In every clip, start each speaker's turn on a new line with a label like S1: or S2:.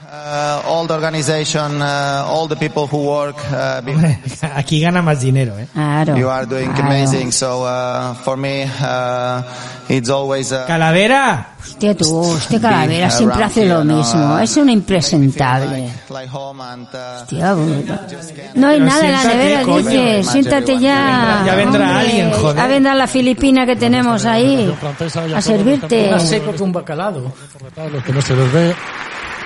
S1: uh, all the organization, uh, all the people who work. Uh, be-
S2: Aquí gana más dinero, ¿eh?
S3: Claro.
S1: you are doing
S3: claro.
S1: amazing. So uh, for me, uh, it's always. Uh,
S2: Calavera.
S3: Hostia, tú, hostia, Calavera
S1: Being
S3: siempre
S1: around
S3: hace lo
S1: here, eh, no,
S3: mismo. Es un
S1: like,
S3: impresentable.
S1: like home and. Uh,
S3: Hostia, boludo. No hay
S2: Pero
S3: nada en la
S2: siéntate,
S3: nevera,
S2: coño.
S3: dice. Siéntate ya.
S2: Ya vendrá- ya vendrá
S3: hombre.
S2: alguien, joder.
S3: Ya vendrá la filipina que tenemos ahí
S4: francesa, ya
S3: a
S4: solo
S3: servirte.
S4: estamos-
S5: Más seco que un bacalado.
S4: Para Los que no se les ve,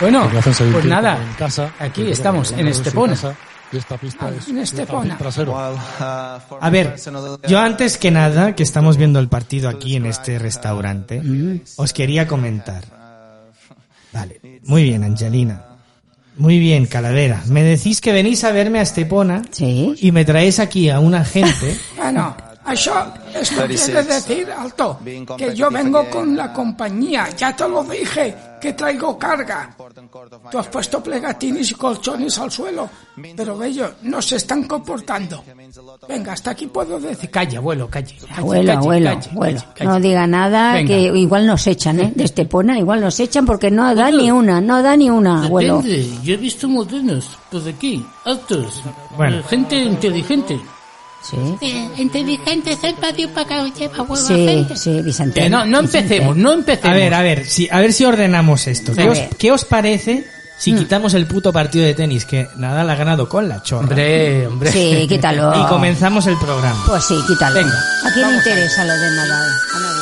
S5: Bueno,
S4: que hacen seguir
S5: pues
S4: tiempo
S5: nada,
S4: en casa.
S5: aquí
S4: Porque
S5: estamos,
S4: Roland
S5: en
S4: Garros
S5: Estepona. Ah,
S4: casa, Y esta pista es
S5: en
S4: de
S5: Estepona.
S4: jardín trasero.
S1: well, uh, for me
S2: A ver,
S1: personally,
S2: yo antes que nada, que estamos viendo el partido aquí en este restaurante,
S3: Mm.
S2: os quería comentar.
S1: uh,
S2: Vale, muy bien, Angelina. Muy bien, Calavera. Me decís que venís a verme a Estepona
S3: Sí.
S2: y me traéis aquí a una gente.
S6: Bueno, eso, esto quiere
S1: 36.
S6: decir, Alto,
S1: Being
S6: que
S1: competitive
S6: yo vengo
S1: again,
S6: con la
S1: uh,
S6: compañía, ya te lo dije, que traigo carga.
S1: important court of my
S6: Tú has puesto plegatinis y colchones al suelo, pero ellos no se están comportando. Venga, hasta aquí puedo decir.
S5: Calle, abuelo, calle. calle,
S3: Abuelo,
S5: calle,
S3: abuelo,
S5: calle,
S3: abuelo.
S5: calle, calle.
S3: No diga nada,
S5: Venga.
S3: que igual nos echan, ¿eh? De Estepona, igual nos echan porque no da ni una, no da ni una, abuelo.
S5: Depende, yo he visto modelos por aquí, altos,
S2: Bueno.
S5: gente inteligente.
S3: Sí.
S7: inteligente es el patio para que os lleva huevo
S3: Sí,
S7: gente.
S3: sí, Vicente.
S5: Que no, no empecemos, no empecemos.
S2: A ver, a ver, si, a ver si ordenamos esto. ¿Qué
S3: A
S2: os,
S3: ver. Mm.
S2: qué os parece si quitamos el puto partido de tenis que Nadal ha ganado con la chorra?
S5: Hombre, hombre.
S3: Sí, quítalo.
S2: Y comenzamos el programa.
S3: Pues sí, quítalo.
S5: Venga,
S3: ¿A quién le interesa lo de Nadal? A nadie.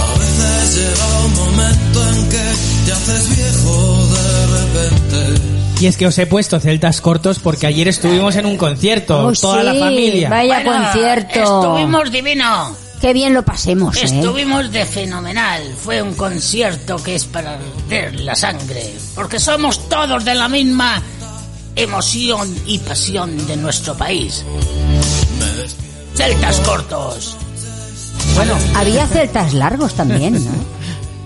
S8: A veces llega un momento en que te haces viejo de repente.
S2: Y es que os he puesto celtas cortos porque ayer estuvimos en un concierto,
S3: Oh,
S2: toda
S3: sí,
S2: la familia.
S3: Vaya
S7: Bueno,
S3: concierto.
S7: Estuvimos divino.
S3: Qué bien lo pasemos, ¿eh?
S7: Estuvimos de fenomenal. Fue un concierto que es para arder la sangre. Porque somos todos de la misma emoción y pasión de nuestro país. Celtas cortos.
S5: Bueno,
S3: Había celtas largos también, ¿no?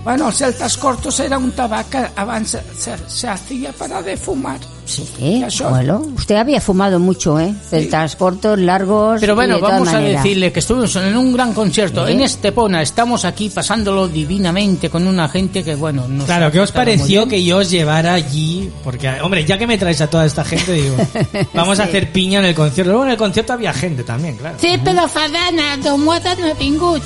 S6: Bueno, celtas cortos era un tabaco, avance, se, se hacía para de fumar.
S3: Sí,
S6: Ya son.
S3: abuelo. Usted había fumado mucho, ¿eh? Celtas cortos, largos.
S5: pero
S3: y
S5: bueno,
S3: de todas
S5: vamos a
S3: maneras.
S5: decirle que estuvimos en un gran concierto
S3: Sí.
S5: en Estepona. Estamos aquí pasándolo divinamente con una gente que, bueno, nos
S2: Claro,
S5: ha
S2: ¿qué os
S5: tratado muy
S2: pareció
S5: bien.
S2: que yo os llevara allí? Porque, hombre, ya que me traes a toda esta gente, digo, vamos a hacer piña en el concierto. Luego en el concierto había gente también, claro.
S7: Sí, pero Fadana, Domuada no ha vingut.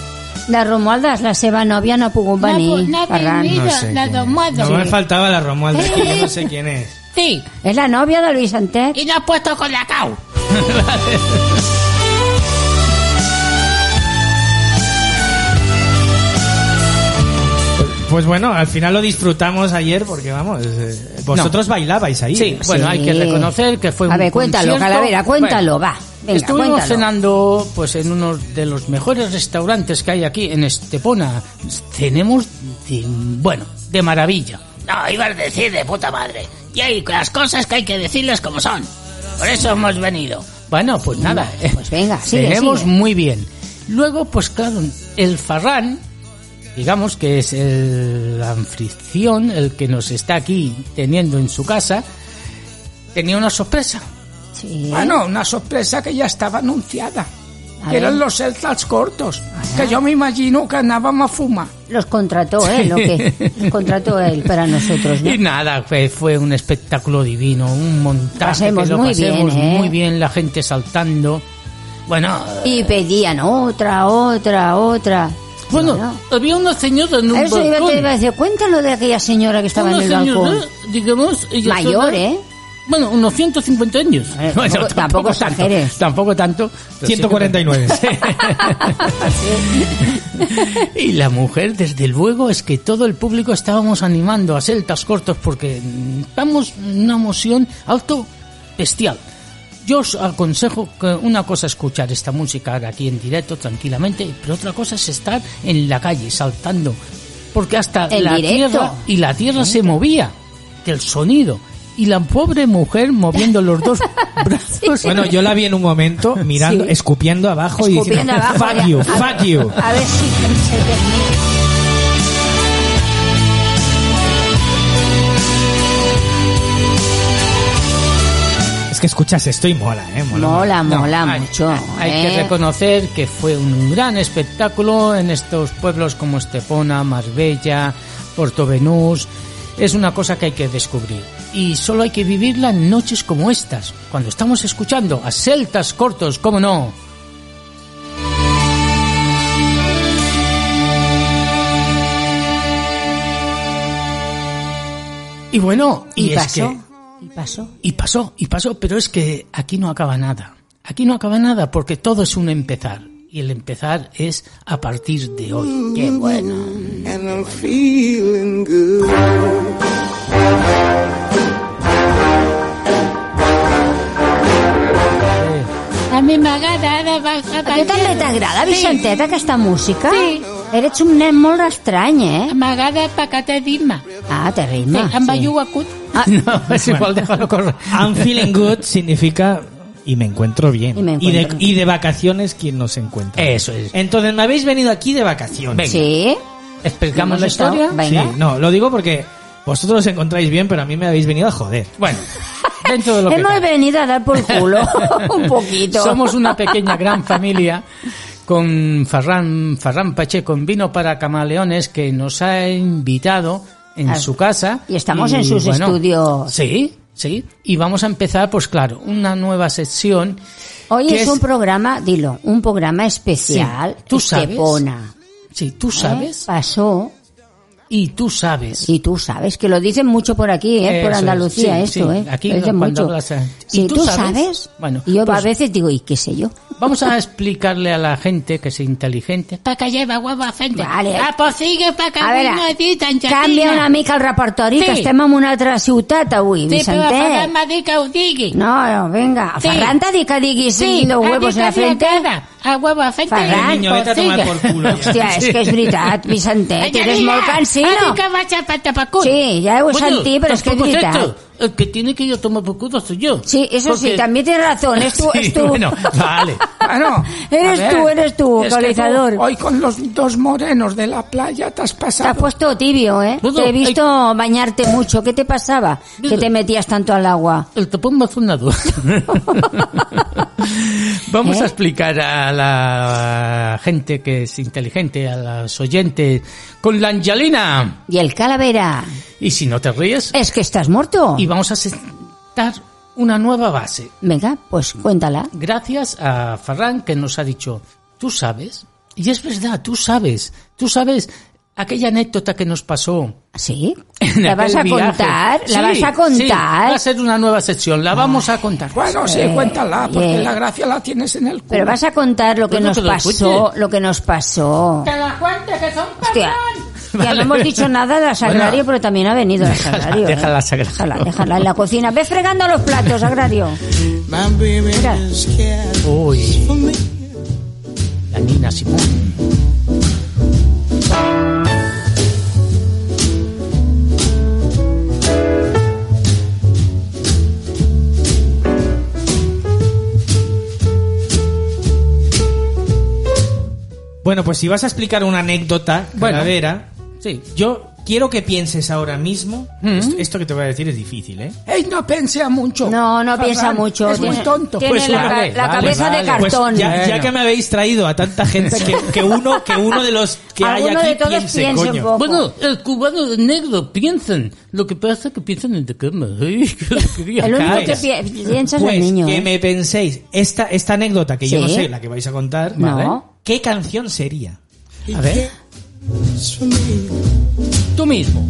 S3: Las romualdas, la seva novia no pudo venir. Ferran.
S2: No sé
S7: la
S2: quién es.
S7: Domuada.
S2: No me faltaba la Romualda, que yo no sé quién es.
S7: Sí,
S3: Es la novia de Vicente.
S7: y la ha puesto con la cau.
S2: Pues bueno, al final lo disfrutamos ayer porque, vamos, eh, vosotros bailabais ahí.
S5: Sí, bueno, hay que reconocer que fue
S3: A
S5: un
S3: ver, cuéntalo,
S5: concierto-
S3: Calavera, cuéntalo,
S5: Bueno,
S3: va. Venga,
S5: Estuvimos
S3: cuéntalo.
S5: cenando pues en uno de los mejores restaurantes que hay aquí en Estepona. Tenemos de- bueno, de maravilla.
S7: No, iba a decir de puta madre. Y hay las cosas que hay que decirles como son. Por eso hemos venido.
S5: Bueno, pues nada.
S2: Mm.
S3: Pues venga, sigue,
S5: Tenemos
S3: sigue.
S5: muy bien. Luego, pues claro, el Farrán, digamos que es el anfitrión, el que nos está aquí teniendo en su casa, tenía una sorpresa. Ah,
S3: Sí.
S2: ¿Eh?
S6: Bueno, una sorpresa que ya estaba anunciada.
S3: A
S6: que eran
S3: ver.
S6: los celtas cortos, que yo me imagino que andaban a fumar.
S3: Los contrató él, ¿o qué? Los contrató él para
S7: Pues
S3: nosotros, ¿no?
S5: Y nada, fue, fue un espectáculo divino, un montaje
S3: Pasemos
S5: que lo
S3: muy
S5: pasemos
S3: bien, ¿eh?
S5: muy bien, la gente saltando. Bueno,
S3: Y pedían otra, otra, otra.
S5: bueno,
S3: Bueno.
S5: había una señora en un
S3: Eso iba,
S5: balcón.
S3: te iba a decir, cuéntalo de aquella señora que estaba en
S5: una
S3: el
S5: señora, ¿eh?
S3: balcón.
S5: digamos, ella
S3: Mayor,
S5: sola,
S3: ¿eh?
S5: Bueno, unos 150 años.
S3: Eh,
S5: Bueno,
S3: tampoco- tampoco
S5: tanto,
S3: exageres.
S5: Tampoco tanto.
S2: 149.
S5: Y la mujer, desde luego, es que todo el público estábamos animando a celtas cortos porque mm, estamos en una emoción auto bestial. Yo os aconsejo que una cosa es escuchar esta música ahora aquí en directo tranquilamente, pero otra cosa es estar en la calle saltando, porque hasta
S3: En
S5: la
S3: directo.
S5: tierra y la tierra se movía del sonido y la pobre mujer moviendo los dos brazos.
S2: Bueno, yo la vi en un momento mirando,
S3: Sí.
S2: escupiendo abajo y
S3: Escupiendo
S2: diciendo,
S3: abajo.
S2: fuck
S3: ya.
S2: you,
S3: A-
S2: fuck you.
S3: A ver si se termina.
S2: Es que escuchas esto y mola, eh, mola.
S3: Mola,
S5: No,
S3: mola
S5: hay-
S3: mucho.
S5: Hay
S3: ¿eh?
S5: que reconocer que fue un gran espectáculo en estos pueblos como Estepona, Marbella, Portovenús. Es una cosa que hay que descubrir. Y solo hay que vivirla en noches como estas, cuando estamos escuchando a celtas cortos, ¿cómo no? Y bueno, y,
S3: Y,
S5: es
S3: pasó.
S5: que
S3: Y pasó.
S5: y pasó, y pasó, pero es que aquí no acaba nada. Aquí no acaba nada porque todo es un empezar. Y el empezar es a partir de hoy.
S3: Qué bueno.
S9: A mi m'agrada bajar
S3: ¿Qué tal le t'agrada, Vicenteta, aquesta música?
S9: Sí.
S3: Eres un nen molt estrany, eh?
S9: M'agrada pecata d'Imma.
S3: Ah, te
S9: Sí,
S3: ritma.
S9: em ballo a cut.
S3: Ah,
S5: No, es igual, déjalo correr.
S2: I'm feeling good significa y me encuentro bien.
S3: Y me encuentro.
S2: de, y de vacaciones quien nos encuentra.
S5: Eso es.
S2: Entonces me habéis venido aquí de vacaciones.
S3: sí.
S5: Explicamos
S3: Hemos
S5: la
S3: estado-
S5: historia.
S3: Venga.
S2: Sí, no, lo digo porque vosotros os encontráis bien, pero a mí me habéis venido a joder.
S5: Bueno, dentro de lo que
S3: Hemos
S5: cabe.
S3: venido a dar por culo un poquito.
S5: Somos una pequeña gran familia con Ferran, Ferran Pacheco en Vino para Camaleones que nos ha invitado en
S3: Ah,
S5: su casa.
S3: y estamos en sus estudios.
S5: Sí, sí. Y vamos a empezar, pues claro, una nueva sección.
S3: Hoy
S5: que
S3: es, un programa, dilo, un programa especial.
S5: Sí, tú sabes.
S3: Estepona, ¿eh?
S5: Sí, tú sabes.
S3: Pasó,
S5: Y tú sabes.
S3: y tú sabes, que lo dicen mucho por aquí, ¿eh? por
S5: Eso
S3: Andalucía,
S5: es, sí,
S3: esto,
S5: sí.
S3: ¿eh?
S5: Aquí
S3: lo dicen
S5: cuando
S3: mucho.
S5: hablas, eh,
S3: Sí,
S5: ¿y tú
S3: tú
S5: sabes?
S3: sabes.
S5: Bueno,
S3: y yo
S5: pues-
S3: a veces digo, ¿y qué sé yo?
S5: Vamos a explicarle a la gente que es inteligente.
S9: Pa que lleva guapa gente.
S3: Vale.
S9: Ah, pues sigue pa que
S3: A
S9: avui
S3: veure,
S9: no he dit en Jacina.
S3: canvia una mica el repertori,
S9: Sí.
S3: que estem en una altra ciutat avui,
S9: Sí, però
S3: Vicentet.
S9: Ferran m'ha dit que ho digui.
S3: No, no, vinga.
S9: Sí.
S3: Ferran t'ha dit que diguis sí, no
S9: ha
S3: huevos
S9: dit
S3: en la
S9: que li
S3: frente.
S9: agrada. A guapa gente.
S3: Ferran,
S2: Niño, vete a
S9: Pues
S2: tomar
S9: sigue.
S2: por culo. ya.
S3: Hòstia, és que és veritat, Vicentet,
S9: Angelina,
S3: eres molt
S9: Ha dit
S3: cansino.
S9: que vaig a pata per cul.
S3: Sí, ja ho sentí, però és que és
S5: tampoco es
S3: veritat.
S5: pues esto. El que tiene que ir a tomar por culo soy yo.
S3: Sí, eso sí,
S5: Porque-
S3: también tienes razón, es tú,
S5: Sí,
S3: es tú.
S5: Bueno, vale.
S6: Claro.
S3: Eres
S5: A ver,
S3: tú, eres tú,
S5: es que
S3: colonizador.
S6: Hoy con los dos morenos de la playa te has
S3: Te has
S6: pasado.
S3: puesto tibio, ¿eh?
S5: Bueno,
S3: te he visto bañarte mucho. ¿Qué te pasaba? Que te metías tanto al agua.
S5: El topón mazonado. Vamos
S3: ¿Eh?
S5: a explicar a la gente que es inteligente, a los oyentes, con la Angelina.
S3: Y el calavera.
S5: Y si no te ríes,
S3: Es que estás muerto.
S5: y vamos a sentar una nueva base.
S3: Venga, pues cuéntala.
S5: gracias a Ferran que nos ha dicho, tú sabes, y es verdad, tú sabes, tú sabes aquella anécdota que nos pasó.
S3: ¿Sí?
S5: en
S3: ¿La vas
S5: aquel
S3: a
S5: viaje.
S3: contar? ¿La
S5: Sí, Ah,
S3: vas a
S5: sí, va a
S3: contar?
S5: ser una nueva sección, la vamos a contar.
S6: Ah, Bueno, sí,
S3: Eh,
S6: cuéntala, porque
S3: bien.
S6: la gracia la tienes en el culo.
S3: Pero vas a contar lo que
S5: Bueno,
S3: nos
S5: que lo
S3: pasó,
S5: escuche.
S3: lo que nos pasó.
S9: Que la cuente, que son
S3: Hostia, ya no
S5: Vale.
S3: hemos dicho nada de la Sagrario, pero también ha venido la Sagrario. ¿eh?
S5: déjala, Sagrario.
S3: Déjala, déjala en la cocina. Ve fregando los platos, Sagrario. Mira,
S5: Uy. La Nina Simón.
S2: Bueno, pues si vas a explicar una anécdota,
S5: Bueno.
S2: calavera,
S5: Sí.
S2: yo quiero que pienses ahora mismo.
S5: Mm.
S2: Esto, esto que te voy a decir es difícil, ¿eh?
S6: Ey, no pensea mucho.
S3: No, no piensa
S6: Ferran,
S3: mucho.
S6: Es muy
S3: Tiene-
S6: tonto.
S3: Tiene
S5: Pues
S3: la,
S5: vale,
S3: la
S5: vale,
S3: cabeza de
S5: vale.
S2: Pues
S3: cartón.
S2: ya, ya
S5: Bueno.
S2: que me habéis traído a tanta gente que, que uno que uno de los que hay
S3: Alguno
S2: aquí
S3: de todos
S2: piense,
S3: piense un
S2: coño.
S3: poco.
S5: Bueno, el cubano de negro, piensan. Lo que pasa es que piensan en la cama. Ay, que lo quería.
S3: El único
S2: Caes.
S3: que pi- piensa es
S2: Pues
S3: el niño.
S2: que
S3: ¿eh?
S2: me penséis esta esta anécdota que yo
S3: Sí.
S2: no sé la que vais a contar,
S3: No.
S2: ¿vale? ¿Qué canción sería?
S5: A ver. Tú mismo.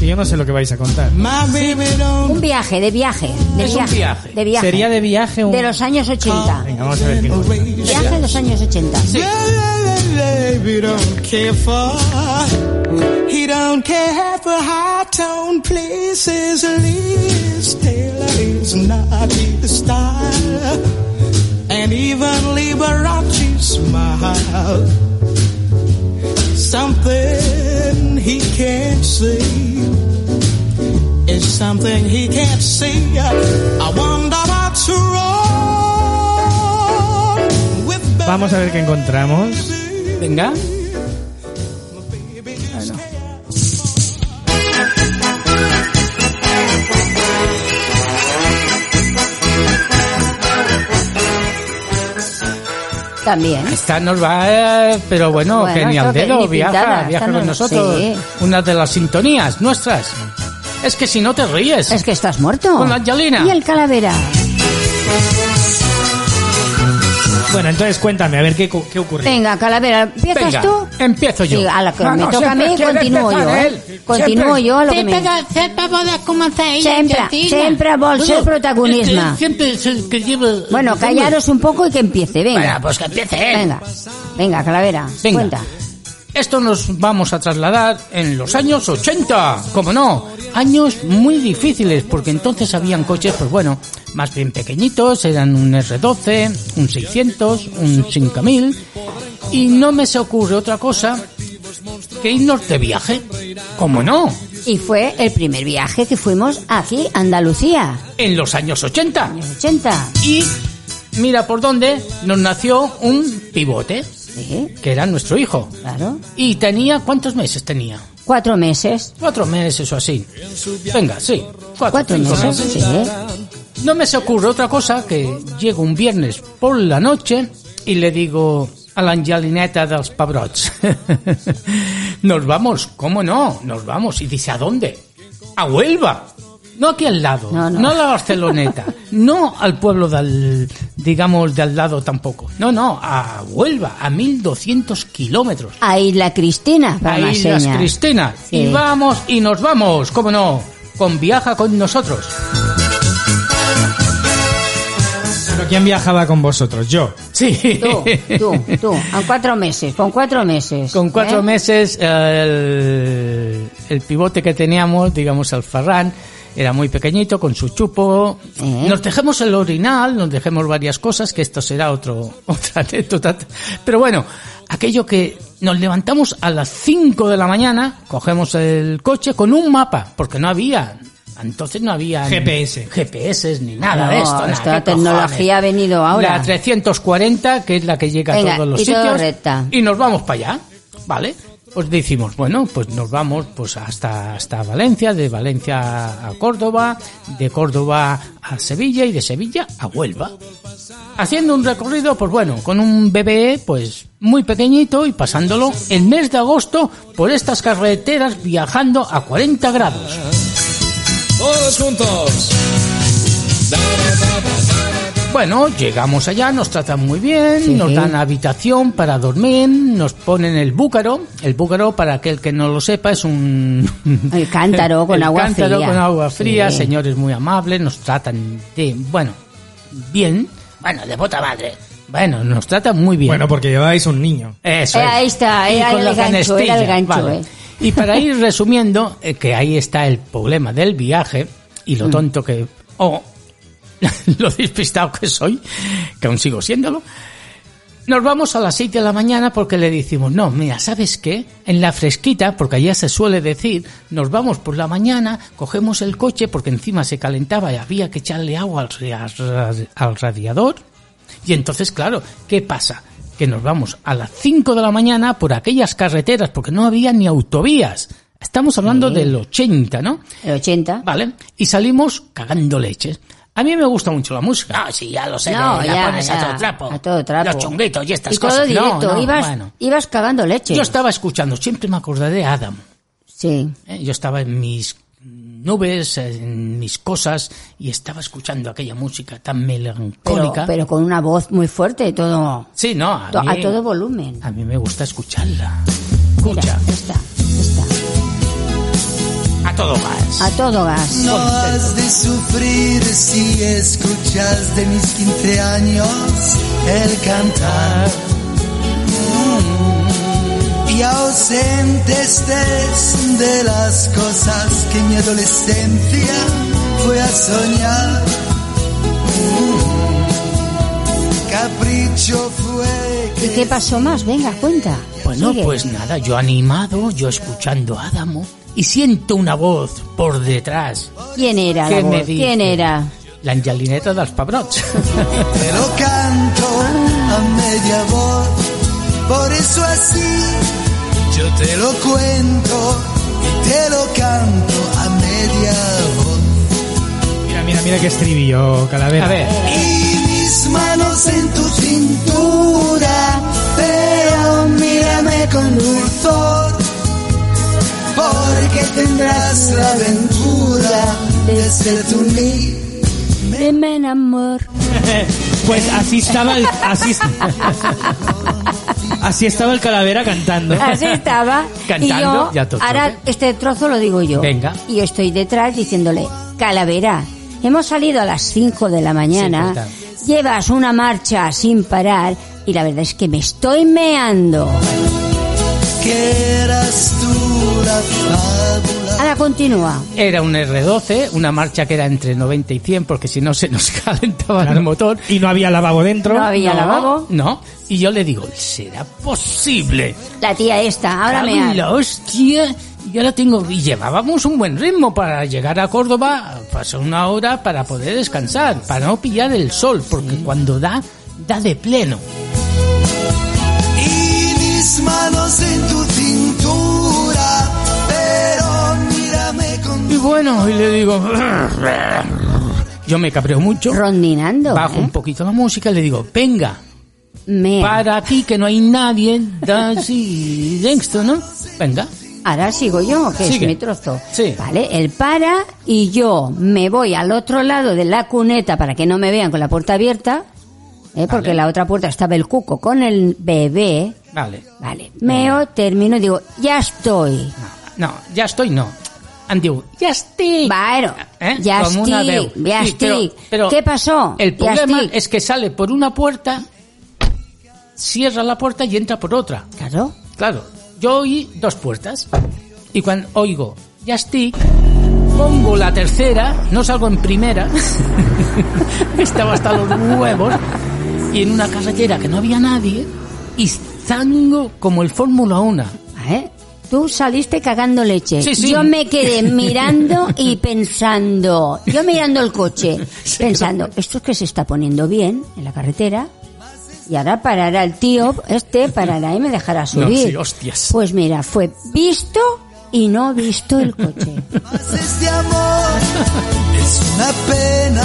S2: que yo no sé lo que vais a contar.
S3: Un viaje, de viaje. De
S2: Es un
S3: viaje,
S2: viaje.
S3: De viaje.
S2: Sería de viaje un- Ah,
S3: De los años 80.
S2: Venga, vamos a ver qué encuentran.
S3: Viaje de los años 80.
S8: Baby don't care for. He don't care for high tone places. Liz Taylor is not his style, and even Liberace smile. Something he can't see is something he can't see. I wonder what's wrong with
S2: Vamos a ver qué encontramos.
S5: Venga.
S3: También.
S5: Esta nos va, eh, pero bueno,
S3: Bueno,
S5: genial
S3: esto que
S5: dedo,
S3: ni
S5: viaja,
S3: pintada,
S5: viaja
S3: esta
S5: con
S3: no-
S5: nosotros.
S3: sí.
S5: Una de las sintonías nuestras. Es que si no te ríes.
S3: Es que estás muerto.
S5: Con Angelina.
S3: Y el calavera.
S2: Bueno, entonces cuéntame, a ver qué, cu- qué ocurrió.
S3: Venga, calavera, ¿empiezas
S2: Venga,
S3: tú?
S5: Empiezo yo.
S3: Sí, a la que
S6: No,
S3: me
S6: no,
S3: toca a mí,
S6: siempre quiere
S3: continúo yo.
S6: empezar
S3: ¿eh?
S6: él.
S3: Continuo
S6: Siempre.
S3: yo a lo que
S9: Sí,
S3: me...
S9: pero siempre voy a comenzar ella,
S3: Siempre,
S9: Georgina.
S3: siempre vol ser
S9: Bueno,
S3: protagonista.
S7: eh,
S9: es que Siempre es el que lleva...
S3: Bueno, callaros un poco y que empiece, venga.
S7: Bueno, pues que empiece él.
S3: Venga, venga, calavera,
S5: Venga.
S3: cuenta.
S5: Esto nos vamos a trasladar en los años 80, como no, años muy difíciles, porque entonces habían coches, pues bueno, más bien pequeñitos, eran un R12, un 600, un 5000, y no me se ocurre otra cosa que irnos de viaje, como no,
S3: Y fue el primer viaje que fuimos aquí, a Andalucía,
S5: en los años 80.
S3: años 80.
S5: Y mira por dónde nos nació un pivote,
S3: Sí,
S5: que era nuestro hijo.
S3: claro.
S5: Y tenía, ¿cuántos meses tenía?
S3: Cuatro meses.
S5: Cuatro meses o así. Venga, sí. Cuatro,
S3: Cuatro
S5: cinco
S3: meses,
S5: meses.
S3: sí.
S5: No me se ocurre otra cosa que llego un viernes por la noche y le digo a la Angelineta dels Pabrots. nos vamos, ¿cómo no? Nos vamos. Y dice, ¿a dónde? A Huelva. No aquí al lado,
S3: No,
S5: no,
S3: no.
S5: a la Barceloneta, no al pueblo del, digamos, de al lado tampoco. No, no, a Huelva, a 1200 kilómetros.
S3: A Isla Cristina, para
S5: Ahí
S3: la
S5: las
S3: seña.
S5: Cristinas.
S3: Sí.
S5: Y vamos y nos vamos, cómo no, con Viaja con nosotros.
S2: Pero ¿quién viajaba con vosotros? Yo.
S5: Sí.
S3: Tú, tú, tú, a cuatro meses, con cuatro meses.
S5: Con cuatro
S3: ¿eh?
S5: meses el, el pivote que teníamos, digamos al Ferran, era muy pequeñito, con su chupo.
S3: Eh.
S5: Nos dejamos el orinal, nos dejamos varias cosas, que esto será otro, otra anécdota. Pero bueno, aquello que nos levantamos a las 5 de la mañana, cogemos el coche con un mapa, porque no había... Entonces no había ni
S2: GPS.
S5: GPS ni nada de
S3: No,
S5: esto. nada,
S3: esta
S5: ¿qué
S3: tecnología ha
S5: cojones?
S3: venido ahora.
S5: La 340, que es la que llega
S3: Venga,
S5: a todos los
S3: y todo
S5: sitios.
S3: recta.
S5: Y nos vamos para allá, ¿vale? Pues decimos, bueno, pues nos vamos pues hasta, hasta Valencia, de Valencia a Córdoba, de Córdoba a Sevilla y de Sevilla a Huelva. Haciendo un recorrido, pues bueno, con un bebé, pues muy pequeñito y pasándolo el mes de agosto por estas carreteras viajando a 40 grados.
S8: Todos juntos.
S5: Bueno, llegamos allá, nos tratan muy bien,
S3: Sí.
S5: nos dan habitación para dormir, nos ponen el búcaro. El búcaro, para aquel que no lo sepa, es un...
S3: El cántaro con
S5: el
S3: agua
S5: cántaro
S3: fría.
S5: con agua fría,
S3: Sí.
S5: señores muy amables, nos tratan de... Bueno, bien.
S7: Bueno, de puta madre.
S5: Bueno, nos tratan muy bien.
S2: Bueno, porque lleváis un niño.
S5: Eso
S3: Eh,
S5: es.
S3: ahí está,
S5: Y
S3: era
S5: con
S3: el
S5: la
S3: gancho, era el
S5: canestilla,
S3: gancho,
S5: vale.
S3: eh.
S5: Y para ir resumiendo, eh, que ahí está el problema del viaje y
S3: Mm.
S5: lo tonto que... o lo despistado que soy, que aún sigo siéndolo. Nos vamos a las 6 de la mañana porque le decimos, no, mira, ¿sabes qué? En la fresquita, porque allá se suele decir, nos vamos por la mañana, cogemos el coche porque encima se calentaba y había que echarle agua al, ra- al radiador. Y entonces, claro, ¿qué pasa? Que nos vamos a las 5 de la mañana por aquellas carreteras porque no había ni autovías. Estamos hablando del 80, ¿no?
S3: El 80.
S5: Vale, y salimos cagando leches. A mí me gusta mucho la música.
S7: No, Ah, sí, ya lo sé.
S3: No,
S7: la
S3: ya,
S7: pones
S3: ya,
S7: a todo trapo.
S3: a todo trapo.
S7: Los chunguitos y estas
S3: Y
S7: cosas.
S3: todo directo,
S5: No, no,
S3: ibas,
S5: bueno.
S3: ibas cagando leche.
S5: Yo estaba escuchando, siempre me acordaré de Adam.
S3: Sí.
S5: ¿eh? Yo estaba en mis nubes, en mis cosas, y estaba escuchando aquella música tan
S3: Pero,
S5: melancólica.
S3: pero con una voz muy fuerte y todo.
S5: sí, no, a
S3: to-
S5: mí,
S3: a todo volumen.
S5: a mí me gusta escucharla. Escucha,
S3: Mira, esta, esta.
S5: a a todo gas.
S3: A todo gas.
S1: No has de sufrir si escuchas de mis 15 años el cantar. Mm. Y ausente estés de las cosas que mi adolescencia fue a soñar. Mm. Capricho fue
S3: ¿Y qué pasó más? Venga, cuenta.
S5: Bueno,
S3: Sigue.
S5: pues nada, yo animado, yo escuchando a Adamo y siento una voz por detrás.
S3: ¿Quién era? la
S5: ¿Qué me
S3: voz?
S5: dice?
S3: ¿Quién era?
S5: La Angelineta dels Pebrots.
S1: Te lo canto a media voz, por eso así yo te lo cuento y te lo canto a media voz.
S2: Mira, mira, mira qué estribillo, calavera.
S5: A ver.
S1: Y mis manos en tu cintura, pero mírame con dulzor, porque tendrás la aventura de ser tú mi
S3: Deme en amor.
S2: Pues así estaba el, así, así estaba el calavera cantando.
S3: Así estaba.
S2: Cantando,
S3: y
S2: ya
S3: yo,
S2: todo
S3: ahora
S2: choque.
S3: este trozo lo digo yo.
S5: Venga.
S3: Y yo estoy detrás diciéndole, calavera, hemos salido a las 5 de la
S5: Sí,
S3: mañana, llevas una marcha sin parar y la verdad es que me estoy meando.
S1: que eras tú la fábula.
S3: Ahora continúa.
S5: Era un R12, una marcha que era entre 90 y 100 porque si no se nos calentaba el motor.
S2: Y no había lavabo dentro.
S3: No había
S5: No,
S3: lavabo.
S5: No, y yo le digo, ¿será posible?
S3: La tía esta, ahora
S5: Cago
S3: me
S5: en la hostia. Yo la tengo. Y llevábamos un buen ritmo para llegar a Córdoba. Pasó una hora para poder descansar, para no pillar el sol, porque cuando da, da de pleno.
S1: y mis manos en tu cintura, pero mírame con
S5: Y bueno, y le digo. Yo me cabreo mucho.
S3: rondinando.
S5: Bajo
S3: ¿eh?
S5: un poquito la música y le digo, venga,
S3: Mea.
S5: para ti que no hay nadie, da así, de esto, ¿no? Venga.
S3: Ahora sigo yo, que
S5: Sigue.
S3: es mi trozo.
S5: Sí.
S3: Vale, él para y yo me voy al otro lado de la cuneta para que no me vean con la puerta abierta, ¿eh? porque la otra puerta estaba el cuco con el bebé.
S5: Vale.
S3: Vale, meo, termino y digo, ya estoy.
S5: No, ya estoy, no. Andy, ya estoy.
S3: Bueno,
S5: ¿Eh?
S3: ya
S5: Como una
S3: estoy,
S5: deu.
S3: ya
S5: Sí, pero-
S3: estoy.
S5: pero
S3: ¿Qué pasó?
S5: El
S3: Ya
S5: problema
S3: estoy.
S5: es que sale por una puerta, cierra la puerta y entra por otra.
S3: Claro,
S5: Claro, yo oí dos puertas y cuando oigo ya estoy, pongo la tercera, no salgo en primera, estaba hasta los huevos, y en una carretera que no había nadie, y zango como el Fórmula 1.
S3: ¿eh? Tú saliste cagando leche.
S5: Sí, sí.
S3: Yo me quedé mirando y pensando, yo mirando el coche, pensando, esto es que se está poniendo bien en la carretera. Y ahora parará el tío, este parará y me dejará subir.
S5: sí, hostias.
S3: Pues mira, fue visto y no visto el coche.
S1: más este amor. Es una pena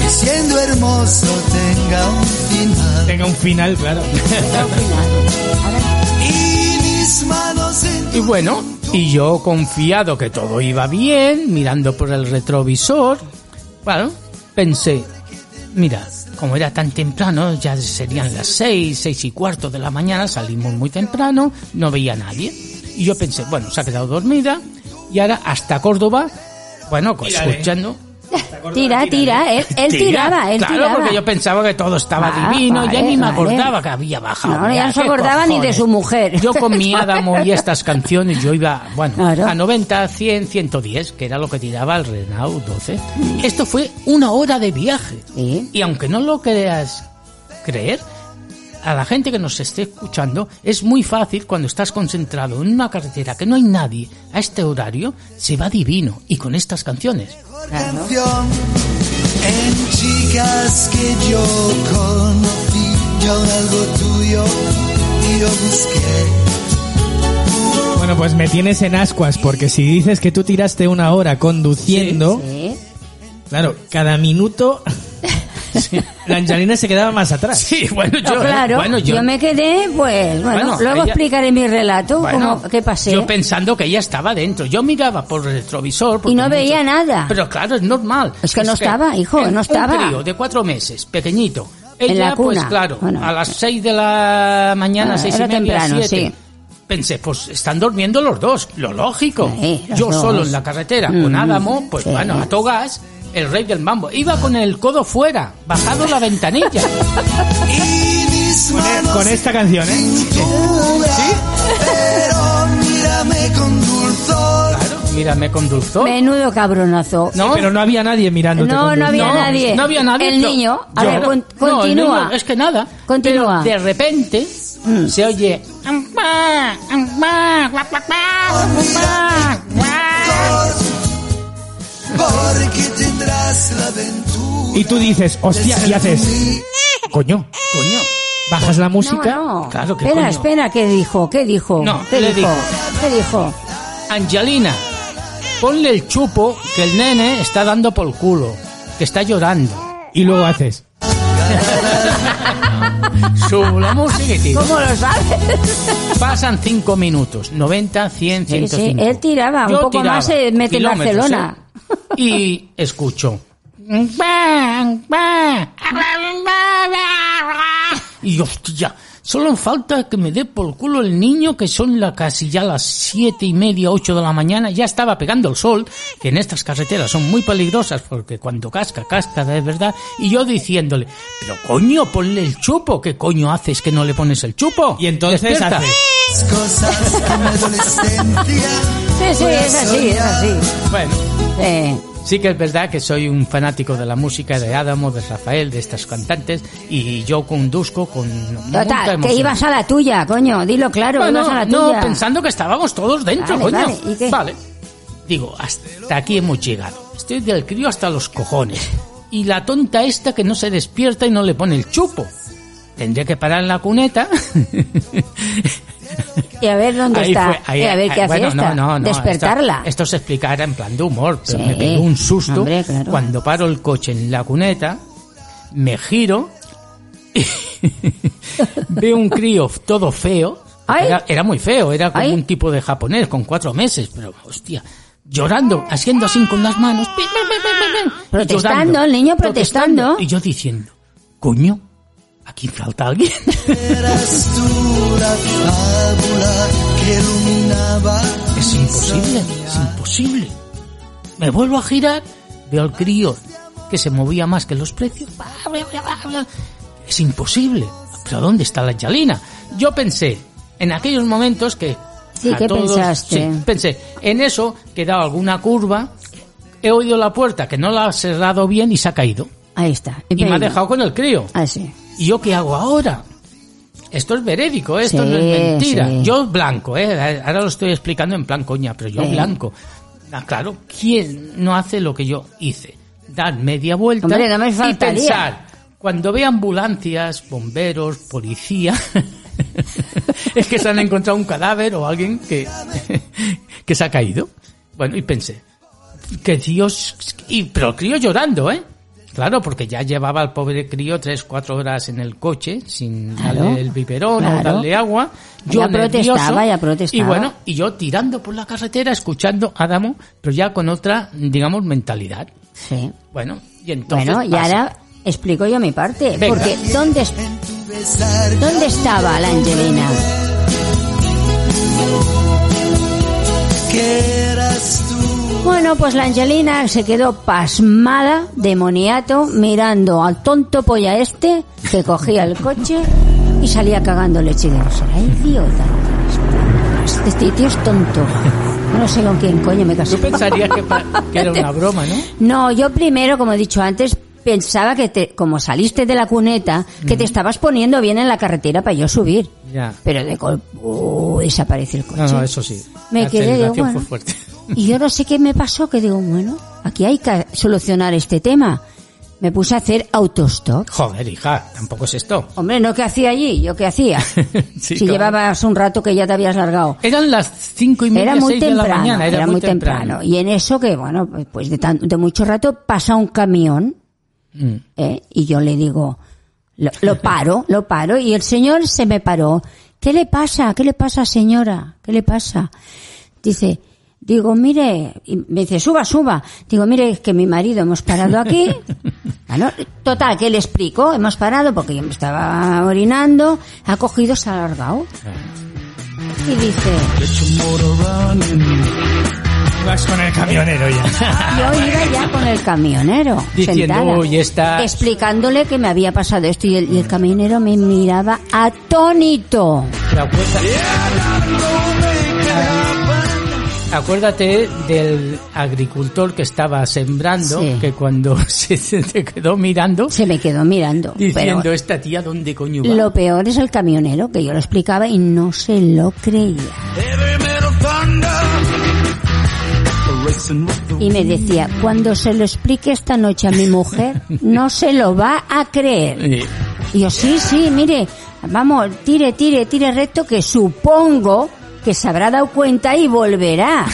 S1: que siendo hermoso tenga un final.
S2: Tenga un final, claro.
S1: Y mis manos en
S5: Y
S1: tu
S5: bueno, y yo confiado que todo iba bien, mirando por el retrovisor, bueno, pensé, mira, como era tan temprano, ya serían las seis, seis y cuarto de la mañana, salimos muy temprano, no veía a nadie. Y yo pensé, bueno, se ha quedado dormida, y ahora hasta Córdoba, bueno, pues
S2: Tírale.
S5: escuchando...
S3: tira, tira, él, él
S5: Tira,
S3: tiraba, él
S5: claro,
S3: tiraba.
S5: porque yo pensaba que todo estaba
S3: Ah,
S5: divino, ya
S3: vale,
S5: ni me
S3: vale.
S5: acordaba que había bajado.
S3: No, ya no se
S5: ¿qué
S3: acordaba ni de su mujer.
S5: Yo con mi Adamo y estas canciones, yo iba, bueno,
S3: Claro.
S5: a 90, 100, 110, que era lo que tiraba el Renault 12. Esto fue una hora de viaje.
S3: Sí.
S5: Y aunque no lo creas creer, a la gente que nos esté escuchando, es muy fácil cuando estás concentrado en una carretera que no hay nadie, a este horario, se va divino. Y con estas canciones.
S3: Claro.
S1: canción. En chicas que yo conocí, yo algo tuyo y yo busqué.
S2: Bueno, pues me tienes en ascuas porque si dices que tú tiraste una hora conduciendo,
S3: Sí.
S2: claro, cada minuto la Angelina se quedaba más atrás.
S5: Sí, bueno,
S3: No,
S5: yo,
S3: claro,
S5: bueno,
S3: yo...
S5: yo,
S3: me quedé, pues, bueno,
S5: Bueno,
S3: luego
S5: ella-
S3: explicaré mi relato,
S5: Bueno,
S3: cómo, qué pasé.
S5: Yo pensando que ella estaba dentro. Yo miraba por el retrovisor. porque
S3: Y no veía nada.
S5: Pero claro, es normal.
S3: Es que no estaba, hijo,
S5: un-
S3: no estaba.
S5: Un crío de cuatro meses, pequeñito. Ella,
S3: En la
S5: pues
S3: cuna.
S5: claro,
S3: Bueno.
S5: a las seis de la mañana,
S3: Ah,
S5: seis y
S3: era
S5: media,
S3: temprano,
S5: siete.
S3: sí.
S5: pensé, pues están durmiendo los dos, lo lógico.
S3: Sí, los
S5: Yo
S3: dos.
S5: solo en la carretera con
S3: Mm,
S5: Adamo, pues
S3: sí.
S5: bueno, a togas, el rey del mambo. Iba con el codo fuera, bajado la ventanilla.
S2: Con esta canción, ¿eh?
S10: Pero mírame con dulzor.
S5: Mírame con dulzor.
S3: Menudo cabronazo.
S2: Pero no había nadie mirándote.
S3: No,
S2: con
S3: no había
S2: dulzor.
S3: nadie.
S5: No había nadie.
S3: El
S5: pero-
S3: niño. A
S5: Yo-
S3: ver, con-
S5: No, el
S3: continúa.
S5: niño, es que nada.
S3: Continúa. Mm.
S5: Pero de repente se oye. "Ampá, ampá, guap, guap, guap, guap, guap".
S10: Porque tendrás la aventura.
S2: Y tú dices, hostia, y haces, coño,
S5: Coño.
S2: bajas la música.
S3: No, no.
S5: Claro, ¿qué
S3: espera,
S5: coño?
S3: espera, ¿qué dijo? ¿Qué dijo?
S5: No,
S3: ¿Qué
S5: le
S3: dijo?
S5: dijo.
S3: ¿Qué dijo?
S5: Angelina, ponle el chupo que el nene está dando por culo, que está llorando.
S2: Y luego haces,
S5: Subo la música y tiro.
S3: ¿Cómo lo sabes?
S5: Pasan 5 minutos, 90, 100,
S3: Sí,
S5: 105.
S3: sí, él tiraba, un
S5: Yo
S3: poco más se mete en
S5: kilómetros,
S3: Barcelona.
S5: ¿eh? Y escucho. Y hostia, solo falta que me dé por culo el niño, que son la, casi ya las siete y media, ocho de la mañana, ya estaba pegando el sol, que en estas carreteras son muy peligrosas, porque cuando casca, casca de verdad, y yo diciéndole, pero coño, ponle el chupo, ¿qué coño haces que no le pones el chupo?
S2: y entonces
S5: Despierta.
S2: haces.
S10: Cosas como adolescencia.
S3: Sí, sí, es así, es así.
S5: Bueno,
S3: Sí.
S5: Sí que es verdad que soy un fanático de la música de Adamo, de Rafael, de estas cantantes, y yo conduzco con mucha
S3: Total,
S5: emoción.
S3: que ibas a la tuya, coño, dilo claro,
S5: Bueno,
S3: ibas a la
S5: no,
S3: tuya.
S5: pensando que estábamos todos dentro,
S3: Vale,
S5: coño.
S3: vale, ¿y qué?
S5: Vale. Digo, hasta aquí hemos llegado. Estoy del crío hasta los cojones. Y la tonta esta que no se despierta y no le pone el chupo. Tendré que parar en la cuneta.
S3: Y a ver dónde
S5: Ahí
S3: está,
S5: fue, ahí-
S3: y a ver
S5: ahí-
S3: qué hace
S5: bueno,
S3: esta,
S5: no, no, no,
S3: despertarla.
S5: Esto, esto se explicara en plan de humor, pero
S3: Sí,
S5: me pegó un susto
S3: hombre, claro.
S5: cuando paro el coche en la cuneta, me giro, veo un crío todo feo,
S3: Ay.
S5: era, era muy feo, era como
S3: Ay.
S5: un tipo de japonés con cuatro meses, pero hostia, llorando, haciendo así con las manos, pi, pi, pi, pi, pi, pi, y
S3: Protestando,
S5: llorando,
S3: el niño protestando.
S5: y yo diciendo, coño, aquí falta alguien.
S10: Eras tú la fábula que iluminaba.
S5: Es imposible, es imposible. Me vuelvo a girar, veo al crío que se movía más que los precios. Es imposible. ¿Pero dónde está la Yalina? Yo pensé, en aquellos momentos que...
S3: Sí,
S5: a
S3: ¿qué pensaste?
S5: sí, pensé, en eso que he dado alguna curva, he oído la puerta que no la ha cerrado bien y se ha caído.
S3: Ahí está. Ah,
S5: Y me ha dejado con el crío.
S3: Así.
S5: ¿Y yo qué hago ahora? Esto es verídico, esto
S3: Sí,
S5: no es mentira.
S3: sí.
S5: Yo blanco, ¿eh? ahora lo estoy explicando en plan coña, pero yo
S3: Sí.
S5: blanco. Ah, claro, ¿quién no hace lo que yo hice? Dar media vuelta
S3: Hombre, no me
S5: y
S3: faltaría.
S5: pensar, cuando ve ambulancias, bomberos, policía, es que se han encontrado un cadáver o alguien que, que se ha caído. Bueno, y pensé, que Dios... Y, pero el crío llorando, ¿eh? Claro, porque ya llevaba al pobre crío tres, cuatro horas en el coche sin
S3: Claro,
S5: darle el biberón o
S3: claro.
S5: darle agua. Yo
S3: Ya protestaba,
S5: nervioso,
S3: ya protestaba.
S5: Y bueno, y yo tirando por la carretera, escuchando a Adamo, pero ya con otra, digamos, mentalidad.
S3: Sí.
S5: Bueno, y entonces
S3: Bueno, y
S5: pasa.
S3: ahora explico yo mi parte.
S5: Venga.
S3: Porque ¿dónde, es- ¿dónde estaba la Angelina? Bueno, pues la Angelina se quedó pasmada, demoniato, mirando al tonto polla este que cogía el coche y salía cagando leche de ¿Será idiota? Este tío es tonto. No sé con quién coño me casé.
S5: Tú pensarías que, pa- que era una broma, ¿no?
S3: No, yo primero, como he dicho antes, pensaba que te, como saliste de la cuneta, que te estabas poniendo bien en la carretera para yo subir.
S5: Ya.
S3: Pero de golpe uh, desaparece el coche.
S5: Ah, No, no, eso sí.
S3: Me
S5: la
S3: quedé digo,
S5: sensación
S3: bueno.
S5: fue fuerte.
S3: Y yo no sé qué me pasó, que digo, bueno, aquí hay que solucionar este tema. Me puse a hacer autostop.
S5: Joder, hija, tampoco es esto.
S3: Hombre, ¿no qué hacía allí? ¿Yo qué hacía?
S5: Sí,
S3: si
S5: claro.
S3: llevabas un rato que ya te habías largado.
S5: Eran las cinco y media,
S3: Era muy
S5: seis de la
S3: temprano,
S5: mañana.
S3: era, muy temprano. Y en eso que, bueno, pues de, tan- de mucho rato pasa un camión
S5: Mm.
S3: ¿eh? y yo le digo, lo, lo paro, lo paro, y el señor se me paró. ¿Qué le pasa? ¿Qué le pasa, señora? ¿Qué le pasa? Dice, digo, mire, y me dice, suba, suba. Digo, mire, es que mi marido hemos parado aquí. Bueno, total, que le explico, hemos parado porque yo me estaba orinando, ha cogido, se ha alargado. Y dice...
S2: Vas con el camionero ya.
S3: Yo iba ya con el camionero,
S5: Ah, Diciendo,
S3: sentada,
S5: "Uy, esta-".
S3: explicándole que me había pasado esto y el, y el camionero me miraba atónito.
S5: Pero acuérdate- Acuérdate del agricultor que estaba sembrando,
S3: Sí.
S5: que cuando se te quedó mirando,
S3: Se me quedó mirando.
S5: diciendo,
S3: pero
S5: esta tía, ¿dónde coño va?
S3: lo peor es el camionero, que yo lo explicaba y no se lo creía. Y me decía, cuando se lo explique esta noche a mi mujer, no se lo va a creer.
S5: Y-
S3: Y yo, sí, sí, mire, vamos, tire, tire, tire recto, que supongo que se habrá dado cuenta y volverá.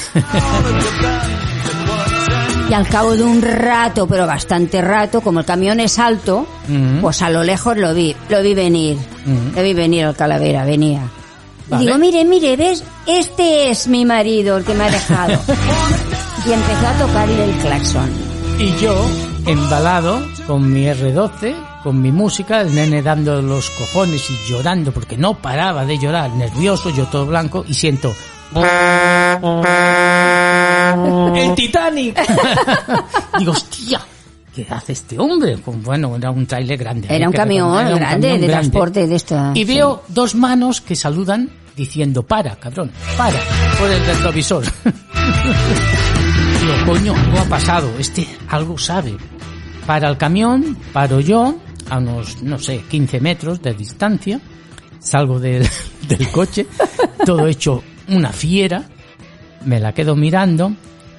S3: Y al cabo de un rato, pero bastante rato, como el camión es alto,
S5: Mm.
S3: pues a lo lejos lo vi, lo vi venir.
S5: Mm.
S3: Lo vi venir al calavera, venía. Y
S5: Vale.
S3: digo, mire, mire, ¿ves? Este es mi marido, el que me ha dejado. y empezó a tocarle el claxon.
S5: Y yo, embalado, con mi R12, con mi música, el nene dando los cojones y llorando, porque no paraba de llorar, nervioso, yo todo blanco, y siento... ¡El Titanic! Digo, hostia, ¿qué hace este hombre? Pues bueno, era un trailer grande.
S3: Era un
S5: Hay que
S3: camión
S5: reconocer, era un
S3: grande
S5: camión
S3: de transporte de esta.
S5: Y veo dos manos que saludan diciendo, para, cabrón, para, por el retrovisor. Digo, coño, algo ha pasado, este algo sabe. Para el camión, paro yo, a unos, no sé, 15 metros de distancia, salgo del, del coche, todo hecho una fiera, me la quedo mirando,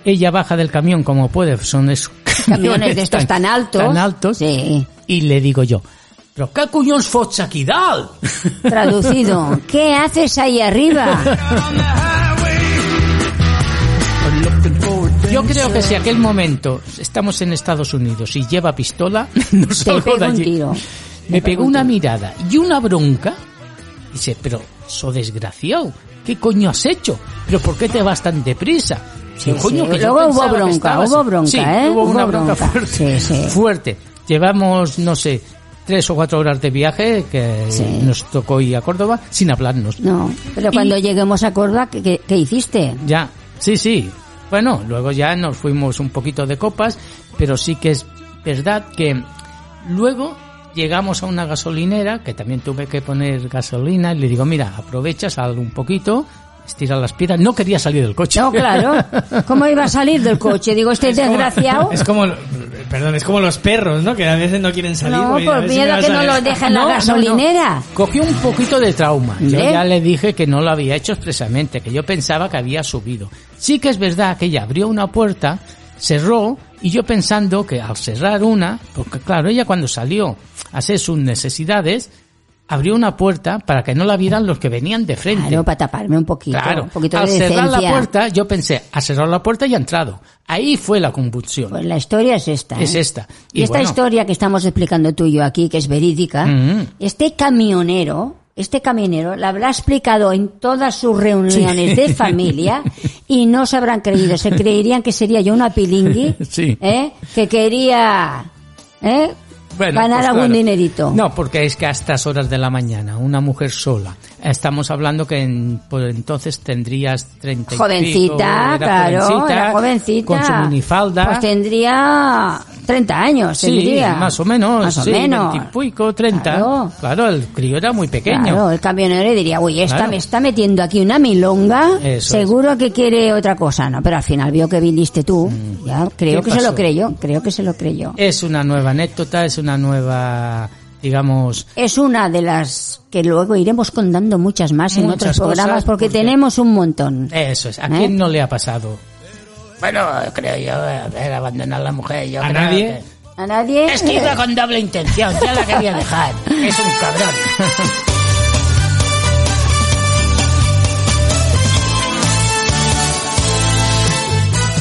S5: ella baja del camión como puede, son esos
S3: Camiones de estos tan altos.
S5: Tan altos.
S3: Sí.
S5: Y le digo yo, ¿pero qué coños fots aquí dal?
S3: Traducido, ¿qué haces ahí arriba?
S5: Yo creo que si aquel momento estamos en Estados Unidos y lleva pistola, no
S3: Te pego
S5: salgo de
S3: un
S5: allí.
S3: tiro.
S5: Me
S3: Te pego
S5: pegó
S3: un
S5: una
S3: tiro.
S5: mirada y una bronca. Dice, pero, so desgraciado, ¿qué coño has hecho? ¿Pero por qué te vas tan deprisa?
S3: Sí,
S5: Digo, coño,
S3: sí.
S5: que yo
S3: Luego hubo
S5: pensaba que
S3: bronca,
S5: estabas-
S3: hubo bronca,
S5: Sí,
S3: ¿eh?
S5: hubo una
S3: Hubo
S5: bronca,
S3: bronca.
S5: fuerte.
S3: Sí, sí.
S5: fuerte. Llevamos, no sé, tres o cuatro horas de viaje que
S3: Sí.
S5: nos tocó ir a Córdoba sin hablarnos.
S3: No, pero cuando
S5: Y-
S3: lleguemos a Córdoba, ¿qué, qué- qué hiciste?
S5: Ya, sí, sí. Bueno, luego ya nos fuimos un poquito de copas, pero sí que es verdad que luego llegamos a una gasolinera, que también tuve que poner gasolina, y le digo, mira, aprovecha, sal un poquito, estira las piernas. No quería salir del coche.
S3: No, claro. ¿Cómo iba a salir del coche? Digo, este desgraciado.
S2: Es como, perdón, es como los perros, ¿no? Que a veces no quieren salir.
S3: No,
S2: güey, a
S3: por
S2: ver si
S3: miedo
S2: me
S3: a
S2: vas
S3: que
S2: a
S3: no lo
S2: dejar.
S3: deje en la
S5: No, no, no.
S3: gasolinera. ¿Eh?
S5: Cogió un poquito de trauma. Yo
S3: Hombre.
S5: ya le dije que no lo había hecho expresamente, que yo pensaba que había subido. Sí que es verdad que ella abrió una puerta, cerró, y yo pensando que al cerrar una, porque claro, ella cuando salió a hacer sus necesidades, abrió una puerta para que no la vieran los que venían de frente.
S3: Claro, para taparme un poquito.
S5: Claro.
S3: Un poquito
S5: al
S3: de
S5: cerrar la
S3: decencia.
S5: puerta, yo pensé, ha cerrado la puerta y ha entrado. Ahí fue la convulsión.
S3: Pues la historia es esta. ¿eh?
S5: es esta.
S3: Y, esta
S5: bueno,
S3: historia que estamos explicando tú y yo aquí, que es verídica,
S5: Mm.
S3: este camionero, este camionero la habrá explicado en todas sus reuniones de familia y no se habrán creído, se creerían que sería yo una pilingui
S5: Sí.
S3: ¿eh? que quería ¿eh?
S5: Bueno,
S3: ganar
S5: pues
S3: algún
S5: claro.
S3: dinerito.
S5: No, porque es que a estas horas de la mañana, una mujer sola. Estamos hablando que en- por entonces tendrías 30 y pico,
S3: Jovencita,
S5: era
S3: claro,
S5: jovencita,
S3: era jovencita.
S5: Con su minifalda.
S3: Pues tendría 30 años,
S5: sí,
S3: tendría.
S5: más o menos.
S3: Más o
S5: sí,
S3: menos.
S5: 20 y pico, 30.
S3: Claro.
S5: Claro. el crío era muy pequeño.
S3: Claro, el camionero diría, uy, esta
S5: Claro.
S3: me está metiendo aquí una milonga,
S5: Eso
S3: seguro que quiere otra cosa, ¿no? Pero al final vio que viniste tú, ya, creo
S5: ¿Qué
S3: que se lo
S5: pasó?
S3: creyó, creo que se lo creyó.
S5: Es una nueva anécdota, es una nueva, digamos,
S3: Es una de las que luego iremos contando muchas más en
S5: Muchas
S3: otros programas
S5: cosas,
S3: porque,
S5: porque-
S3: tenemos un montón.
S5: eso es. ¿A
S3: ¿Eh?
S5: quién no le ha pasado?
S7: Bueno, creo yo, a ver, abandonar a la mujer. Yo
S2: ¿A
S7: creo
S2: nadie?
S7: que-
S3: ¿A nadie?
S7: Este iba con doble intención, ya la quería dejar. Es un cabrón.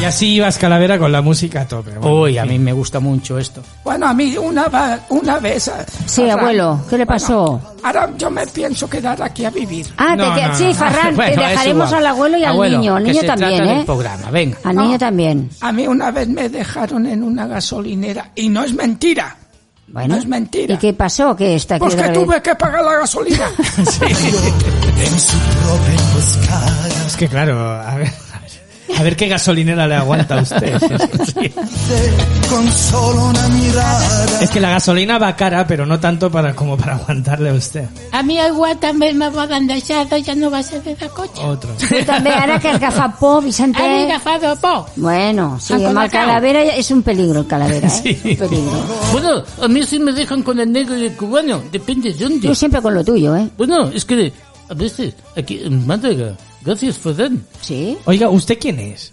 S2: Y así ibas calavera con la música a tope. Bueno,
S5: Uy, a
S2: en
S5: mí
S2: fin.
S5: me gusta mucho esto.
S6: Bueno, a mí una, va- una vez... ah,
S3: Sí,
S6: Ferran,
S3: abuelo, ¿qué le pasó?
S6: Ahora yo me pienso quedar aquí a vivir.
S3: Ah,
S2: No,
S3: te- te-
S2: no,
S3: sí,
S2: no.
S3: Farran,
S5: Bueno,
S3: te
S5: es
S3: dejaremos
S5: igual.
S3: al abuelo y al
S5: Abuelo,
S3: niño, al
S5: que
S3: niño
S5: se trata
S3: también,
S5: del
S3: ¿eh?
S5: programa, venga.
S3: Al niño también.
S6: A mí una vez me dejaron en una gasolinera y no es mentira.
S3: Bueno,
S6: No es mentira.
S3: ¿Y qué pasó? ¿Qué está aquí
S6: Pues que
S3: otra vez?
S6: tuve que pagar la gasolina.
S10: en su propio
S2: Es que claro, a ver, a ver qué gasolinera le aguanta a usted.
S10: con solo una mirada.
S2: Es que la gasolina va cara, pero no tanto para como para aguantarle a usted.
S9: A mí agua también me va dando echado, ya no va a ser de la coche.
S2: Otro.
S3: Tú también, ahora que has gafado po, Vicente.
S9: Ahora he gafado po.
S3: Bueno, sí,
S9: Han
S3: además
S9: colocado.
S3: calavera es un peligro el calavera, ¿eh? Un peligro.
S5: Bueno, a mí sí me dejan con el negro y el cubano, depende de dónde.
S3: Tú siempre con lo tuyo, ¿eh?
S5: Bueno, es que a veces aquí en Málaga, gracias Ferdán.
S3: Sí.
S2: Oiga, ¿usted quién es?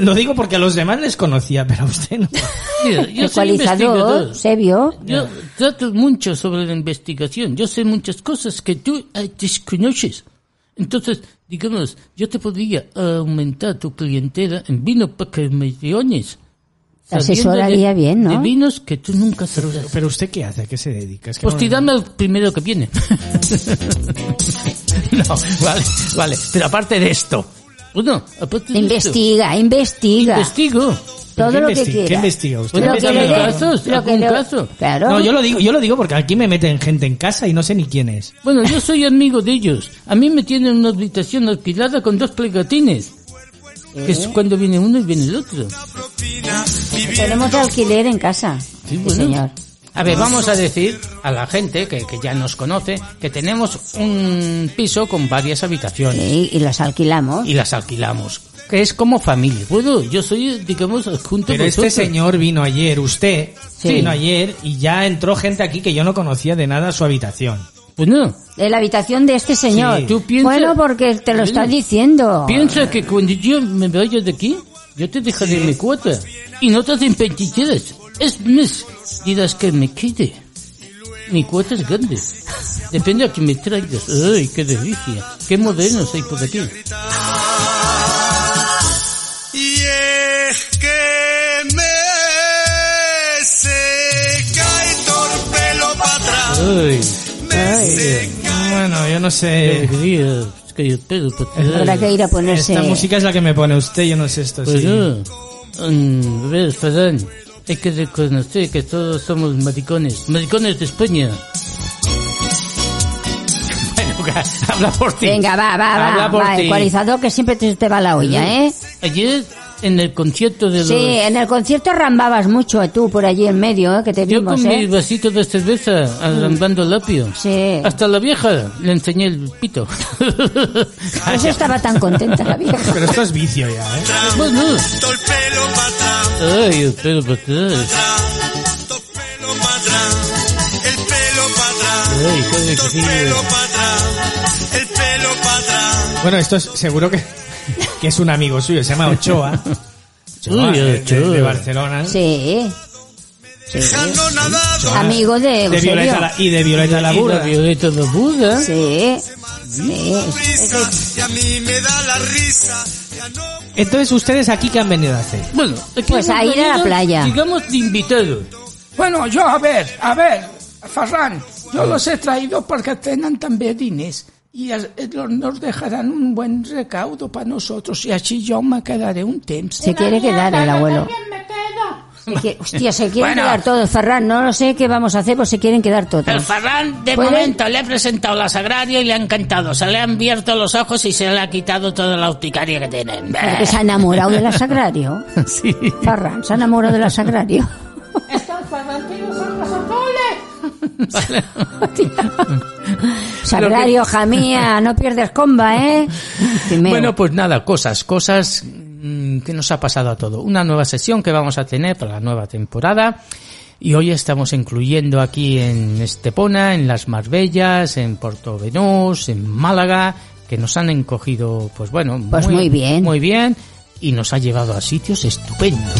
S2: Lo digo porque a los demás les conocía, pero a usted no.
S5: Mira, yo soy
S3: Ecualizador,
S5: investigador.
S3: se vio.
S5: Yo trato mucho sobre la investigación. Yo sé muchas cosas que tú eh, desconoces. Entonces, digamos, yo te podría aumentar tu clientela en vino para que me guiones.
S3: Te
S5: Sabiendo
S3: asesoraría
S5: de-
S3: bien, ¿no?
S5: De vinos que tú nunca sabrás.
S2: Pero usted qué hace, a qué se dedica. Es que
S5: Pues
S2: no-
S5: tirame al primero que viene. no, vale, vale. Pero aparte de esto. Bueno, aparte de esto.
S3: Investiga, investiga.
S5: Investigo.
S2: ¿Pero
S3: Todo
S2: qué
S3: lo que
S2: investi-
S3: quiera.
S2: ¿Qué investiga usted?
S5: Bueno,
S3: Lo
S5: me
S3: que
S5: dan
S3: le dé,
S5: casos,
S3: lo que
S5: algún
S3: le-
S5: caso.
S3: Claro.
S2: No, yo lo digo, yo lo digo porque aquí me meten gente en casa y no sé ni quién es.
S5: Bueno, yo soy amigo de ellos. A mí me tienen una habitación alquilada con dos plegatines. Que es cuando viene uno y viene el otro.
S3: Tenemos alquiler en casa. Sí,
S5: bueno.
S3: señor.
S5: A ver, vamos a decir a la gente que, que ya nos conoce que tenemos un piso con varias habitaciones
S3: Sí, y los alquilamos.
S5: y las alquilamos. Que es como familia. Bueno, yo soy, digamos, junto
S2: Pero
S5: con
S2: este señor vino ayer, usted
S3: Sí.
S2: vino ayer y ya entró gente aquí que yo no conocía de nada a su habitación.
S5: Bueno,
S3: De la habitación de este señor.
S2: Sí.
S5: Tú piensa-
S3: Bueno, porque te lo está
S5: Sí.
S3: diciendo.
S5: piensa que cuando yo me vaya de aquí, yo te dejaré mi cuota. Y no te hacen penitencias. Es mes. Dirás que me quede. Mi cuota es grande. Depende a quién me traigas. ¡Ay, qué delicia! ¡Qué modernos hay por aquí!
S10: Y es que me se cae torpe lo para atrás.
S5: ¡Ay,
S2: Bueno, yo no
S5: qué
S2: sé.
S5: alegría! Es que el pelo por
S3: Habrá que ir a ponerse.
S2: Esta música es la que me pone usted, yo no sé esto. sí.
S5: Pero, Pues mm, a ver, Ferran, hay que reconocer que todos somos maricones. Maricones de España. Bueno, habla por ti.
S3: Venga, va, va,
S5: Habla
S3: va.
S5: por
S3: va,
S5: ti.
S3: ecualizador que siempre te, te va la olla, ¿eh?
S5: Ayer, en el concierto de los...
S3: Sí, en el concierto rambabas mucho eh, tú por allí en medio, ¿eh? que te
S5: Yo
S3: vimos,
S5: con mi
S3: ¿eh?
S5: vasito de cerveza, arrambando el apio.
S3: Sí.
S5: Hasta la vieja le enseñé el pito.
S3: Por eso estaba tan contenta la vieja.
S2: Pero esto es vicio ya, ¿eh?
S5: bueno,
S10: el pelo para atrás,
S5: ay, el pelo para atrás.
S10: pelo para atrás, el pelo para atrás,
S5: Ay, qué alegría.
S10: para atrás, el pelo para atrás.
S2: Bueno, esto es seguro que, que es un amigo suyo, se llama Ochoa. Ochoa,
S5: Uy,
S2: de, de-
S5: Ochoa.
S2: de Barcelona.
S3: Sí. Sí.
S10: No nadado,
S3: Amigo de
S2: De
S3: Eusebio.
S2: Violeta la- y de Violeta la
S5: Y
S2: Burra.
S5: Violeta de Buda.
S3: Sí. Sí.
S10: y a mí me da la risa.
S2: Entonces, ¿ustedes aquí qué han venido a hacer?
S5: Bueno, aquí
S3: Pues
S5: hemos
S3: a ir a la
S5: venido,
S3: playa.
S5: Digamos de invitados.
S6: Bueno, yo, a ver, a ver, Farran, yo los he traído para que tengan tamberines y as- eh, los- nos dejarán un buen recaudo para nosotros y así yo me quedaré un tiempo.
S3: Se quiere quedar el abuelo. Se que- hostia, se quieren quedar todos, Ferran. No lo sé qué vamos a hacer, pues se quieren quedar todos.
S7: El Ferran, de
S3: ¿Pueden?
S7: momento, le he presentado la Sagraria y le ha encantado. Se le han abierto los ojos y se le ha quitado toda la urticaria que tienen.
S3: Porque se ha enamorado del sagrario.
S5: Sí.
S3: Ferran se ha enamorado del sagrario. Sagrario, jamía, no pierdes comba, ¿eh? Primero.
S5: Bueno, pues nada, cosas, cosas mm, que nos ha pasado a todo. Una nueva sesión que vamos a tener para la nueva temporada. Y hoy estamos incluyendo aquí en Estepona, en Las Marbellas, en Porto Venús, en Málaga, que nos han encogido, pues bueno,
S3: Pues muy bien.
S5: Muy bien. Y nos ha llevado a sitios estupendos.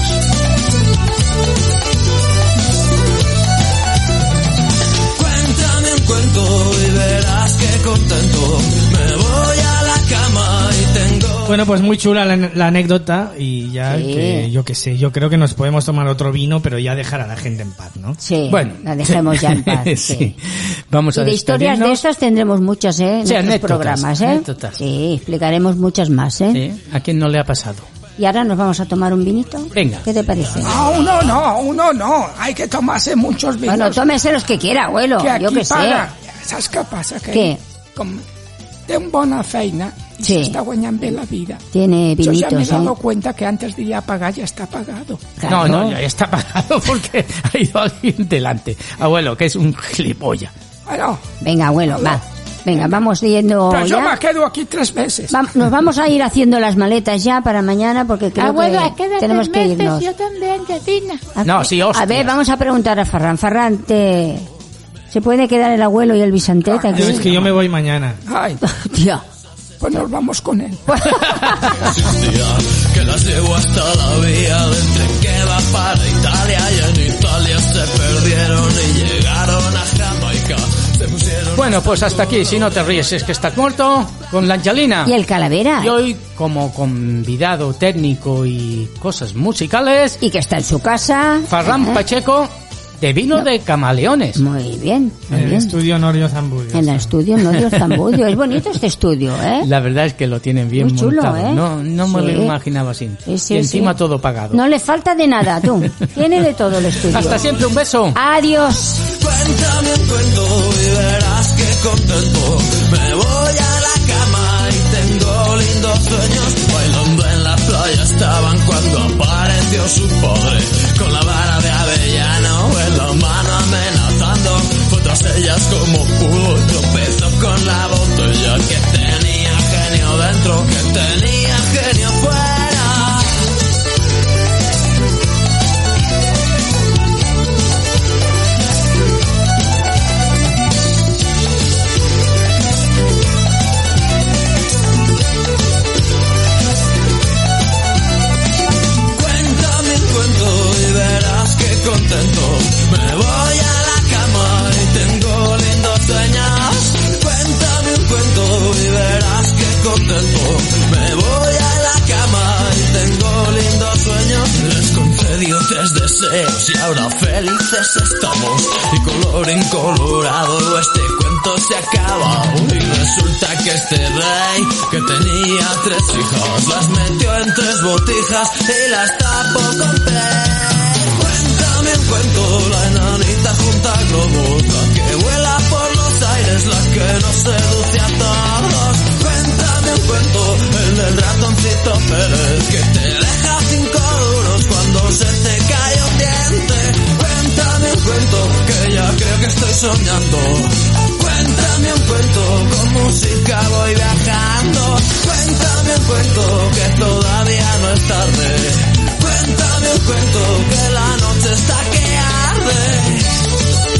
S10: Cuéntame un cuento y verás que contento. Me voy a la cama y tengo.
S2: Bueno, pues muy chula la, la anécdota y ya
S3: Sí.
S2: que yo qué sé, yo creo que nos podemos tomar otro vino, pero ya dejar a la gente en paz, ¿no?
S3: Sí,
S5: Bueno,
S3: la dejemos ya en paz.
S5: sí.
S3: sí.
S5: Vamos
S3: Y
S5: a
S3: de historias de
S5: despedirnos.
S3: estas tendremos muchas, ¿eh? En
S5: Sí,
S3: otros
S5: anécdotas,
S3: programas, ¿eh?
S5: anécdotas.
S3: Sí, explicaremos muchas más, ¿eh?
S5: Sí, ¿A quién no le ha pasado?
S3: Y ahora nos vamos a tomar un vinito.
S5: Venga.
S3: ¿Qué te parece?
S6: No, uno no, uno no, hay que tomarse muchos vinos.
S3: Bueno, tómese los que quiera, abuelo.
S6: que aquí
S3: yo que sé.
S6: paga. ¿Sabes qué pasa? Que
S3: ¿Qué?
S6: con- de un bona feina y se está guañando la vida.
S3: Tiene
S6: Yo ya me he
S3: vinitos,
S6: dado
S3: ¿eh?
S6: cuenta que antes de ir a pagar ya está pagado.
S3: Claro.
S5: No, no, ya está pagado porque ha ido alguien delante. Abuelo, que es un gilipollas.
S6: Bueno,
S3: Venga, abuelo, va. Venga, vamos yendo
S6: pero yo
S3: ya.
S6: me quedo aquí tres meses.
S3: Va- nos vamos a ir haciendo las maletas ya para mañana porque creo
S9: Abuelo,
S3: que
S9: quédate
S3: tenemos que
S9: meses,
S3: irnos.
S9: yo también, Yadina.
S5: No, sí,
S3: A
S5: hostia.
S3: ver, vamos a preguntar a Farran. Farran, te- ¿se puede quedar el abuelo y el bisantete aquí?
S2: Yo es que yo me voy mañana.
S6: Ay,
S3: Tía.
S6: pues nos vamos con él.
S10: que las llevo hasta la vía del tren que va para Italia y en Italia se perdieron y llegaron a Jamaica. Se pusieron
S5: Bueno, pues hasta aquí. Si no te ríes, es que estás muerto. Con la Angelina.
S3: Y el calavera.
S5: Y hoy, como convidado técnico y cosas musicales,
S3: Y que está en su casa.
S5: Farran
S3: ¿Eh?
S5: Pacheco de vino de camaleones.
S3: Muy bien, muy
S2: En el
S3: bien.
S2: estudio Norio Zambudio.
S3: En el estudio, no Dios Zambudio. Es bonito este estudio, ¿eh?
S5: La verdad es que lo tienen bien
S3: Muy chulo,
S5: montado.
S3: ¿eh?
S5: No, no me
S3: Sí.
S5: lo imaginaba así.
S3: Sí, sí,
S5: y encima
S3: sí.
S5: todo pagado.
S3: No le falta de nada, tú. Tiene de todo el estudio.
S5: Hasta siempre, un beso.
S3: Adiós.
S10: Cuéntame un cuento y verás que contento. Me voy a la cama y tengo lindos sueños. Bailando en la playa estaban cuando apareció su padre. Con la vara de avellano en la mano amenazando. Fue tras ellas como pudo. Tropezó con la botella que tenía genio dentro, que tenía genio fuera. Cuéntame un cuento y verás que contento. Me voy a la cama y tengo lindos sueños. Cuéntame un cuento y verás que contento. Me voy a la cama y tengo lindos sueños. Les concedió tres deseos y ahora felices estamos. Y color incolorado este cuento se acaba. Y resulta que este rey que tenía tres hijas las metió en tres botijas y las tapó con pez. Cuéntame un cuento, la enanita junta globos, la que vuela por los aires, la que nos seduce a todos. Cuéntame un cuento, el del ratoncito Pérez, que te deja cinco duros cuando se te cae un diente. Cuéntame un cuento, que ya creo que estoy soñando. Cuéntame un cuento, con música voy viajando. Cuéntame un cuento, que todavía no es tarde. Cuéntame un cuento que la noche está que arde.